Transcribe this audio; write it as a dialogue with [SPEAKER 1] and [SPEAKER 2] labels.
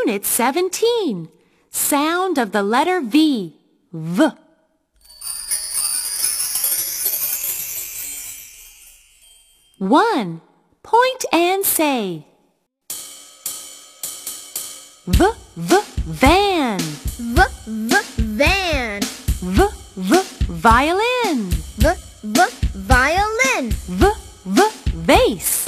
[SPEAKER 1] Unit 17. Sound of the letter V. V. One. Point and say. V, v, van.
[SPEAKER 2] V V van.
[SPEAKER 1] V, v, violin.
[SPEAKER 2] V V violin.
[SPEAKER 1] V, v, vase.